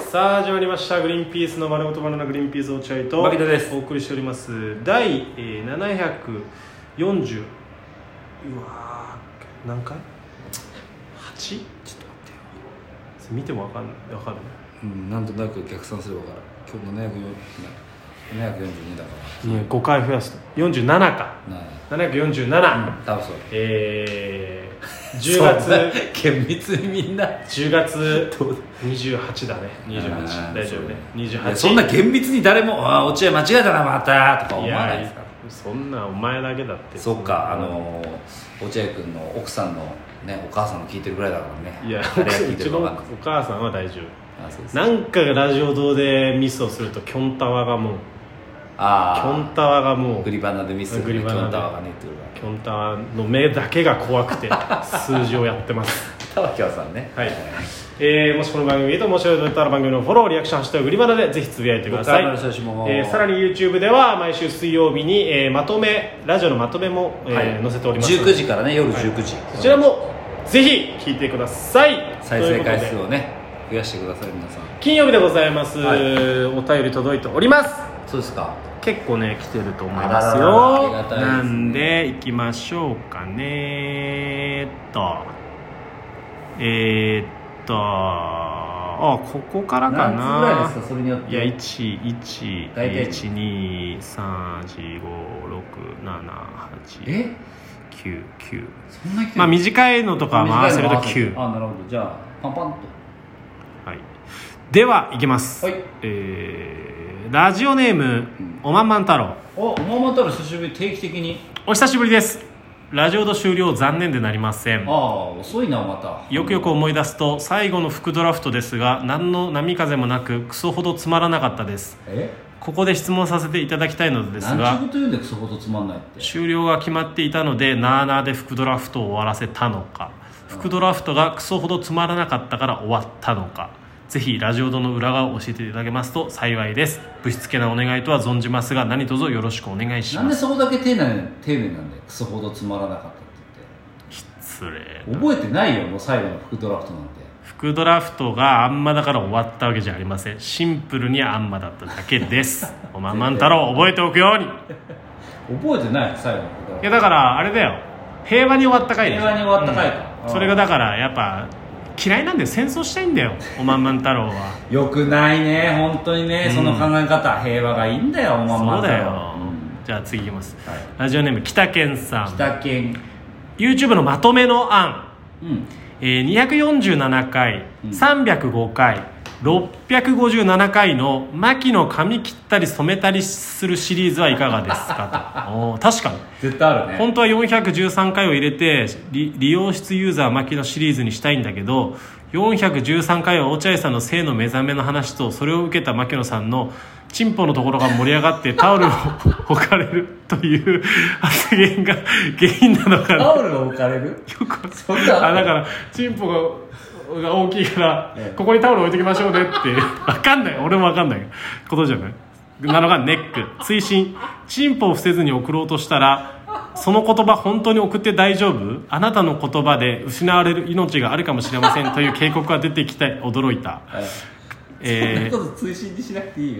さあ始まりました「グリーンピースの丸ごとバナナグリーンピース落合」と牧田ですお送りしております第えー740うわー何回 ?8? ちょっと見てもわかんないわかる待ってよ、うん、なんとなく逆算すれば分かる今日742だかね5回増やすと47からな747、あ多分そうえー、10月厳密にみんな10月28だねあー28大丈夫ねいや28そんな厳密に誰も「ああ落合間違えたなまた」とかい思わないでやすからそんなお前だけだってそっかあのー落合君の奥さんのねお母さんの聞いてるぐらいだからねいや誰が聞ういてちるのかお分かんな母いさんは大丈あそうで夫すなんかがラジオ堂でミスをするとキョンタワがもうキあョンタワがもあうグリバナでミスすグリるねキバナでョンタワがねっていうキョンタワの目だけが怖くて数字をやってます 田脇はさんねはいえー、もしこの番組が面白いと思ったら番組のフォローリアクション「ハッシュタググリバナ」でぜひつぶやいてください僕からの写真もえーさらに YouTube では毎週水曜日に、えーまとめラジオのまとめも、えーはい載せております19時からね夜19時そちらもぜひ聞いてください再生回ということ数でをね増やしてください皆さん金曜日でございます、はいお便り届いておりますそうですか結構ね来てると思いあますらららあよりがたいですねなんで行きましょうかねえっとえーっとあここからか何つぐらいですなかそれによっていや1 1大体1 2 3 4 5 6 7 8え9 9そんな来てるまあ短いのとかは合わせると9あなるほどじゃあパンパンとはい、ではいきます、はいえーラジオネームおまんまん太郎おおままたら久しぶり定期的にお久しぶりですラジオド終了残念でなりませんああ遅いなまたよくよく思い出すと最後の副ドラフトですが何の波風もなくクソほどつまらなかったですえここで質問させていただきたいのです何ちゅうがこと言うんだよクソほどつまんないって終了が決まっていたのでなあなあで副ドラフトを終わらせたのか副ドラフトがクソほどつまらなかったから終わったのかぜひラジオドの裏側を教えていただけますと幸いですぶしつけなお願いとは存じますが何卒よろしくお願いしなんまですそこだけ丁寧丁寧なんだよクソほどつまらなかったって失礼言って覚えてないよもう最後の副ドラフトなんて副ドラフトがあんまだから終わったわけじゃありませんシンプルにあんまだっただけですおまんまん太郎覚えておくようにい覚えてない最後の副ドラフやだからあれだよ平和に終わった回トでしょ平和に終わった回か、それがだからやっぱ嫌いなんだよ戦争したいんだよおまんまん太郎はよくないね本当にね、その考え方平和がいいんだよおまんまそうだよ、うんじゃあ次いきます、はいラジオネーム北健さん北県 YouTube のまとめの案うんえー247回、305回657回の「牧の髪切ったり染めたりする」シリーズはいかがですかとおー確かに絶対あるね本当は413回を入れてり理容室ユーザー牧のシリーズにしたいんだけど413回は落合さんの性の目覚めの話とそれを受けた牧野さんのチンポのところが盛り上がってタオルを置かれるという 発言が原因なのかなタオルを置かれるよくそんなあだからチンポがが大きいから、ええここにタオル置いときましょうねってわかんない俺もわかんないことじゃないなのがネック追伸チンポを伏せずに送ろうとしたらその言葉本当に送って大丈夫あなたの言葉で失われる命があるかもしれませんという警告が出てきて驚いた、はいえーそんなこと追伸にしなくていいよ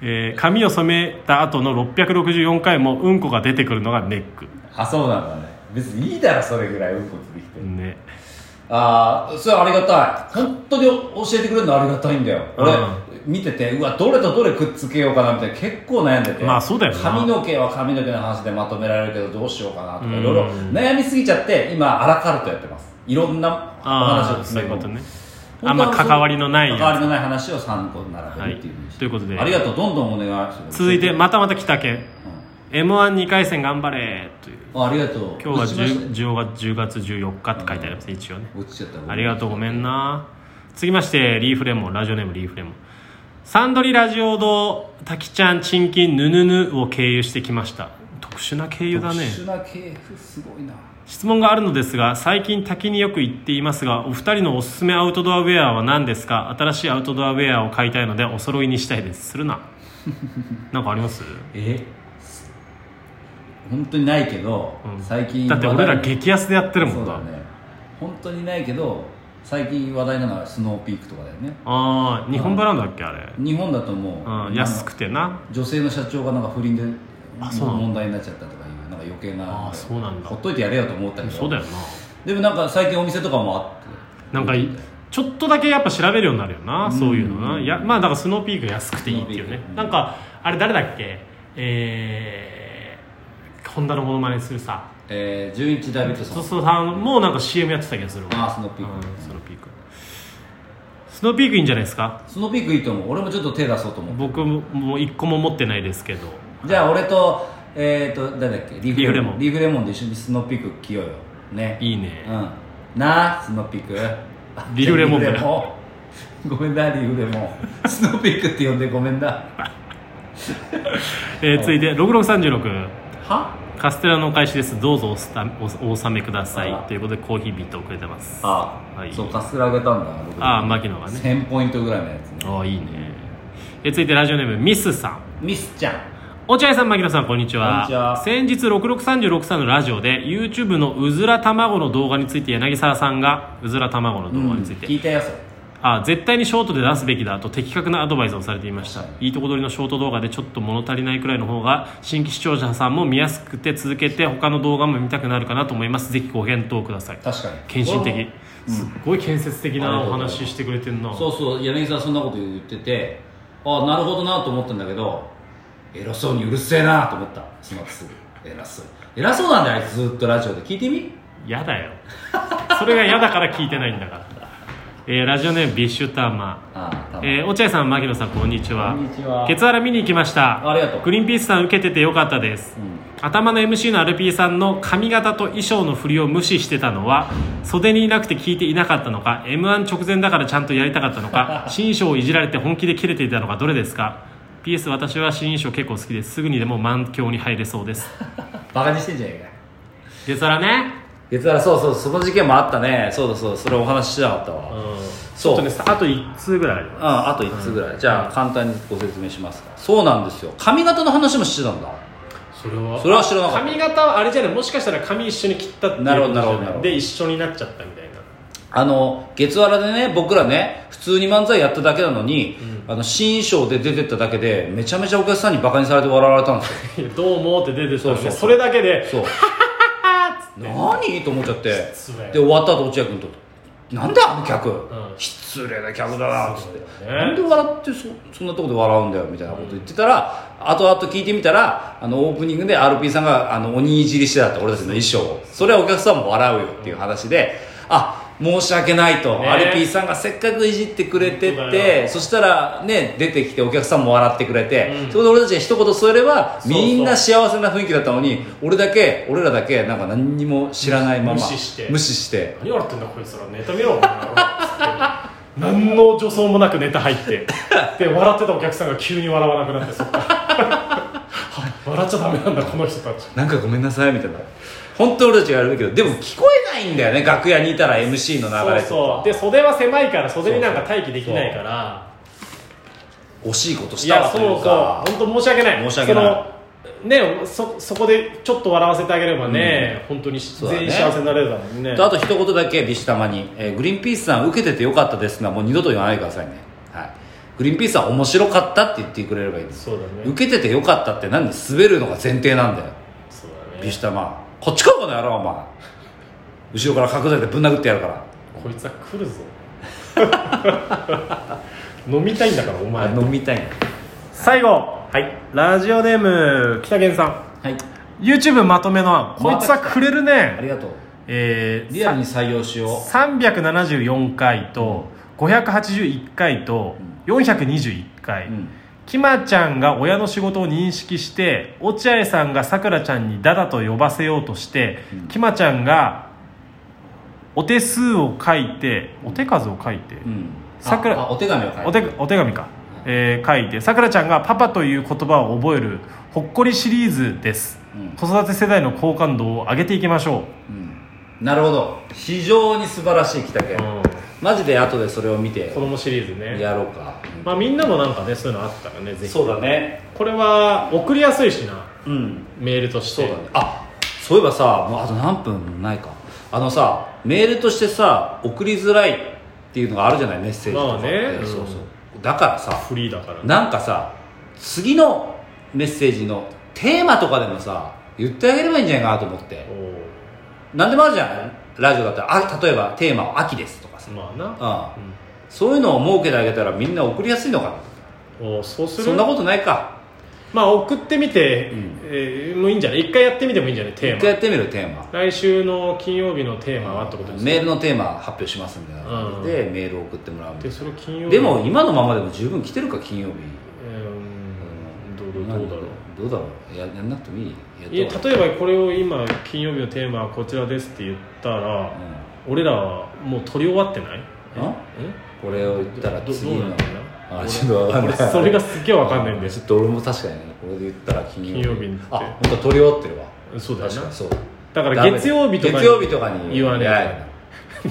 えー髪を染めた後の664回もうんこが出てくるのがネックあそうなんだね別にいいだろそれぐらいうんこ出てきて、ねああそれはありがたい本当に教えてくれるのありがたいんだよ俺、うん見ててうわどれとどれくっつけようかなみたいな結構悩んでてまあそうだよな髪の毛は髪の毛の話でまとめられるけどどうしようかなとかうんいろいろ悩みすぎちゃって今アラカルトやってますいろんなお話をああそういうことね本当はあんま関わりのないやつ関わりのない話を3個並べるっていうふにはしていということでありがとうどんどんお願いします続いてまたまた北県 m 1 2回戦頑張れといううんありがとう今日は落ちました10 10月10月14日って書いてありますね一応ね落ちちゃったありがとうごめんなな続きましてリーフレモンラジオネームリーフレモンサンドリラジオ堂タキちゃんチンキンヌヌヌを経由してきました特殊な経由だね特殊な系譜すごいな質問があるのですが最近滝によく行っていますがお二人のおすすめアウトドアウェアは何ですか新しいアウトドアウェアを買いたいのでお揃いにしたいですする ななんかありますえ本当にないけど、うん最近だって俺ら話題激安でやってるもんそうだね本当にないけど最近話題なのはスノーピークとかだよねああ日本ブランドだっけあれ、日本だともう、うん安くてな女性の社長がなんか不倫であそうなの問題になっちゃったとかいうなんか余計なあそうなんだほっといてやれよと思ったけどそうだよなでもなんか最近お店とかもあってなんかいちょっとだけやっぱ調べるようになるよな、うんそういうのなやまあだからスノーピーク安くていいっていうスノーピねークうんなんかあれ誰だっけえー、ホンダのモノマネするさえー、純一ダビッドそソうンそうさんもなんか CM やってた気がするあースノーピーうんク、スノーピークスノーピークいいんじゃないですかスノーピークいいと思う俺もちょっと手出そうと思う僕ももう一個も持ってないですけどじゃあ俺とえー、と誰だっけリリーフレモンリーフレモンで一緒にスノーピーク着ようよねいいねうんなあスノーピークリーフレモンだよリーフレモン ごめんなリーフレモンスノーピークって呼んでごめんなえー続いて6636はカステラのお返しですどうぞおすたおお納めくださあらいということでコーヒービートをくれてますああ、はいそうカステラあげたんだ僕ああ牧野がね1000ポイントぐらいのやつねああいいねえー続いてラジオネームミスさんミスちゃん落合さん牧野さんこんにちはこんにちは先日6636さんのラジオで YouTube のうずら卵の動画について柳沢さんがうずら卵の動画について、聞いたやつあ絶対にショートで出すべきだと的確なアドバイスをされていましたいいとこ取りのショート動画でちょっと物足りないくらいの方が新規視聴者さんも見やすくて続けて他の動画も見たくなるかなと思いますぜひご検討ください確かに献身俺的もすっごい建設的ありがなとうおございます話してくれてんなそうそう柳沢そんなこと言っててああなるほどなと思ったんだけど偉そうにうるせえなと思ったその後すぐ偉そう偉そうなんだよあいつずっとラジオで聞いてみやだよそれが嫌だから聞いてないんだから、 えーラジオネームビッシュタマああ多分えー、落合さん牧野さんこんにちはこんにちはケツアラ見に行きましたありがとうグリーンピースさん受けててよかったです、うん頭の MC のアルピーさんの髪型と衣装の振りを無視してたのは袖にいなくて聞いていなかったのか m 1直前だからちゃんとやりたかったの か新衣装をいじられて本気で切れていたのかどれですか PS 私は新衣装結構好きですすぐにでも満強に入れそうですバカにしてんじゃねえかケツアラね月原そうそうその事件もあったねそうだそうだそれお話ししなかったわ、うんうん、ちょっとねあと1通ぐらいありますあと5つぐらい、じゃあ簡単にご説明しますかそうなんですよ髪型の話もしてたんだそれはそれは知らなかった髪型はあれじゃないもしかしたら髪一緒に切ったっていうことじゃなるないほどなるほどなるほどで一緒になっちゃったみたいなあの月原でね僕らね普通に漫才やっただけなのに、あの新衣装で出てっただけでめちゃめちゃお客さんにバカにされて笑われたんですよいや どうもって出てたんでそうそうそれだけ でそう何と思っちゃって失礼で終わった後落合君と「なんだあの客、ん失礼な客だな」っつって、そうだよねなんで笑ってそそんなとこで笑うんだよ」みたいなこと言ってたら、後々聞いてみたらあのオープニングで RP さんがあの鬼いじりしてたって俺たちの衣装をそれはお客さんも笑うよっていう話で、あ申し訳ないと、ね RP さんがせっかくいじってくれて本当だてよそしたらね出てきてお客さんも笑ってくれて、そこで俺たちが一言添えればうそうみんな幸せな雰囲気だったのに俺だけ俺らだけなんか何にも知らないまま無視して無視して何笑ってんだこいつらネタ見ろお前何の助走もなくネタ入っ てで笑ってたお客さんが急に笑わなくなってそっから はい笑っちゃダメなんだこの人たちなんかごめんなさいみたいな本当俺たちがやるべきだけどでも聞こえないんだよね楽屋にいたら MC の流そうれそうで袖は狭いから袖になんか待機できないから惜しいことしいたやわそとういそううか本当申し訳ない申し訳ないそのねそそこでちょっと笑わせてあげればね、本当にしうだね全員幸せになれるだもんねとあと一言だけビシュタマに、えーグリーンピースさん受けててよかったです」がもう二度と言わないでくださいね、はい、グリーンピースさん面白かったって言ってくれればいいんですそうだね受けててよかったって何で滑るのが前提なんだよそうだビねシュタマこっち来いこの野郎お前後ろから隠れてぶん殴ってやるからこいつは来るぞ 飲みたいんだからお前飲みたいな最後はいラジオネーム北源さんはい YouTube まとめの案こまたいつはくれるあねりがとうえリアー、ルに採用しようさ374回と581回と421回、うんきまちゃんが親の仕事を認識して落合さんがさくらちゃんにダダと呼ばせようとして、きまちゃんがお手数を書いてお手数を書いて、うんさくらああお手紙を書いてお手お手紙か、えー書いてさくらちゃんが「パパ」という言葉を覚えるほっこりシリーズです、うん子育て世代の好感度を上げていきましょうんなるほど非常に素晴らしい北う、家マジで後でそれを見て子供シリーズねやろうかまあみんなもなんかねそういうのあったらねぜひそうだねこれは送りやすいしなうんメールとしてそうだねあそういえばさもうあと何分もないかあのさメールとしてさ送りづらいっていうのがあるじゃないメッセージとかって、まあねうんそうそうだからさフリーだからねなんかさ次のメッセージのテーマとかでもさ言ってあげればいいんじゃないかなと思っておー何でもあるじゃんラジオだったらあ例えばテーマは秋ですとかさ、まあなうん、そういうのを設けてあげたらみんな送りやすいのかうんおーそうすなるそんなことないかまあ送ってみて、うんえーもういいんじゃない一回やってみてもいいんじゃないテ一回ーやってみるテーママ来週の金曜日のテーマはってことですねメールのテーマ発表しますみたいな感じで、メールを送ってもらうみたいでなそれ金曜日でも今のままでも十分来てるか金曜日うーんどうどうどうだろうどうだろうややんなくてもいいやいやった方が例えばこれを今金曜日のテーマはこちらですって言ったら、俺らはもう撮り終わってないうんんえこれを言ったらどど次うのなんだろうなあちょっとわかん俺ないそれがすっげえわかんないんでちすょっと俺も確かにねこれで言ったら金曜日金曜日にってあ本当は撮り終わってるわそうだよ確かなにそうだだかダメらだ月曜日とかに月曜日とかに言わねえいとやいなんや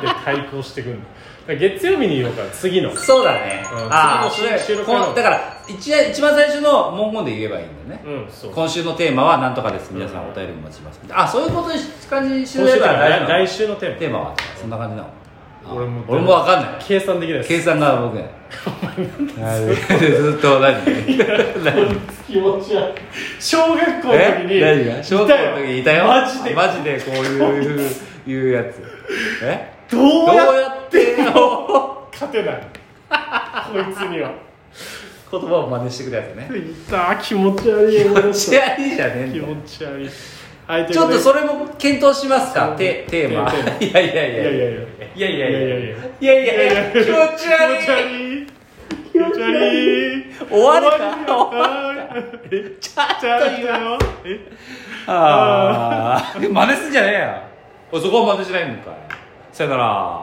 で対抗してくんのだから月曜日に言おうから次のそうだねうんああそ次のれ収録こんだから一一番最初の文言で言えばいいんだよねうんそう今週のテーマはなんとかです皆さんお便りお待ちしますあそういうことにし感じにしてくれれば今週大来丈来週のテー夫テーマはそんな感じなのあ俺も俺もわかんなマい計算できないです計算が僕ね ずっと何 気持ち悪い小学校の時にえ何が小学校の時にいたよマジでマジでこういういうやつえ どどううやってやってよ勝てないこいつには言葉を真似してくるやつねいた気持ち悪い気持ち悪いじゃねえ ん気だよ持ち悪いはいちょっとうこそれも検討しますかテテーマテーマ いやいやといでいややいやいいやいやいやいやいやいやいやいやいや気持ちや気持ち悪い気持ち悪い悪い終わりか終わりかちゃっと言うよえ ああ真似すんじゃねえよそこは真似しないのかいさよなら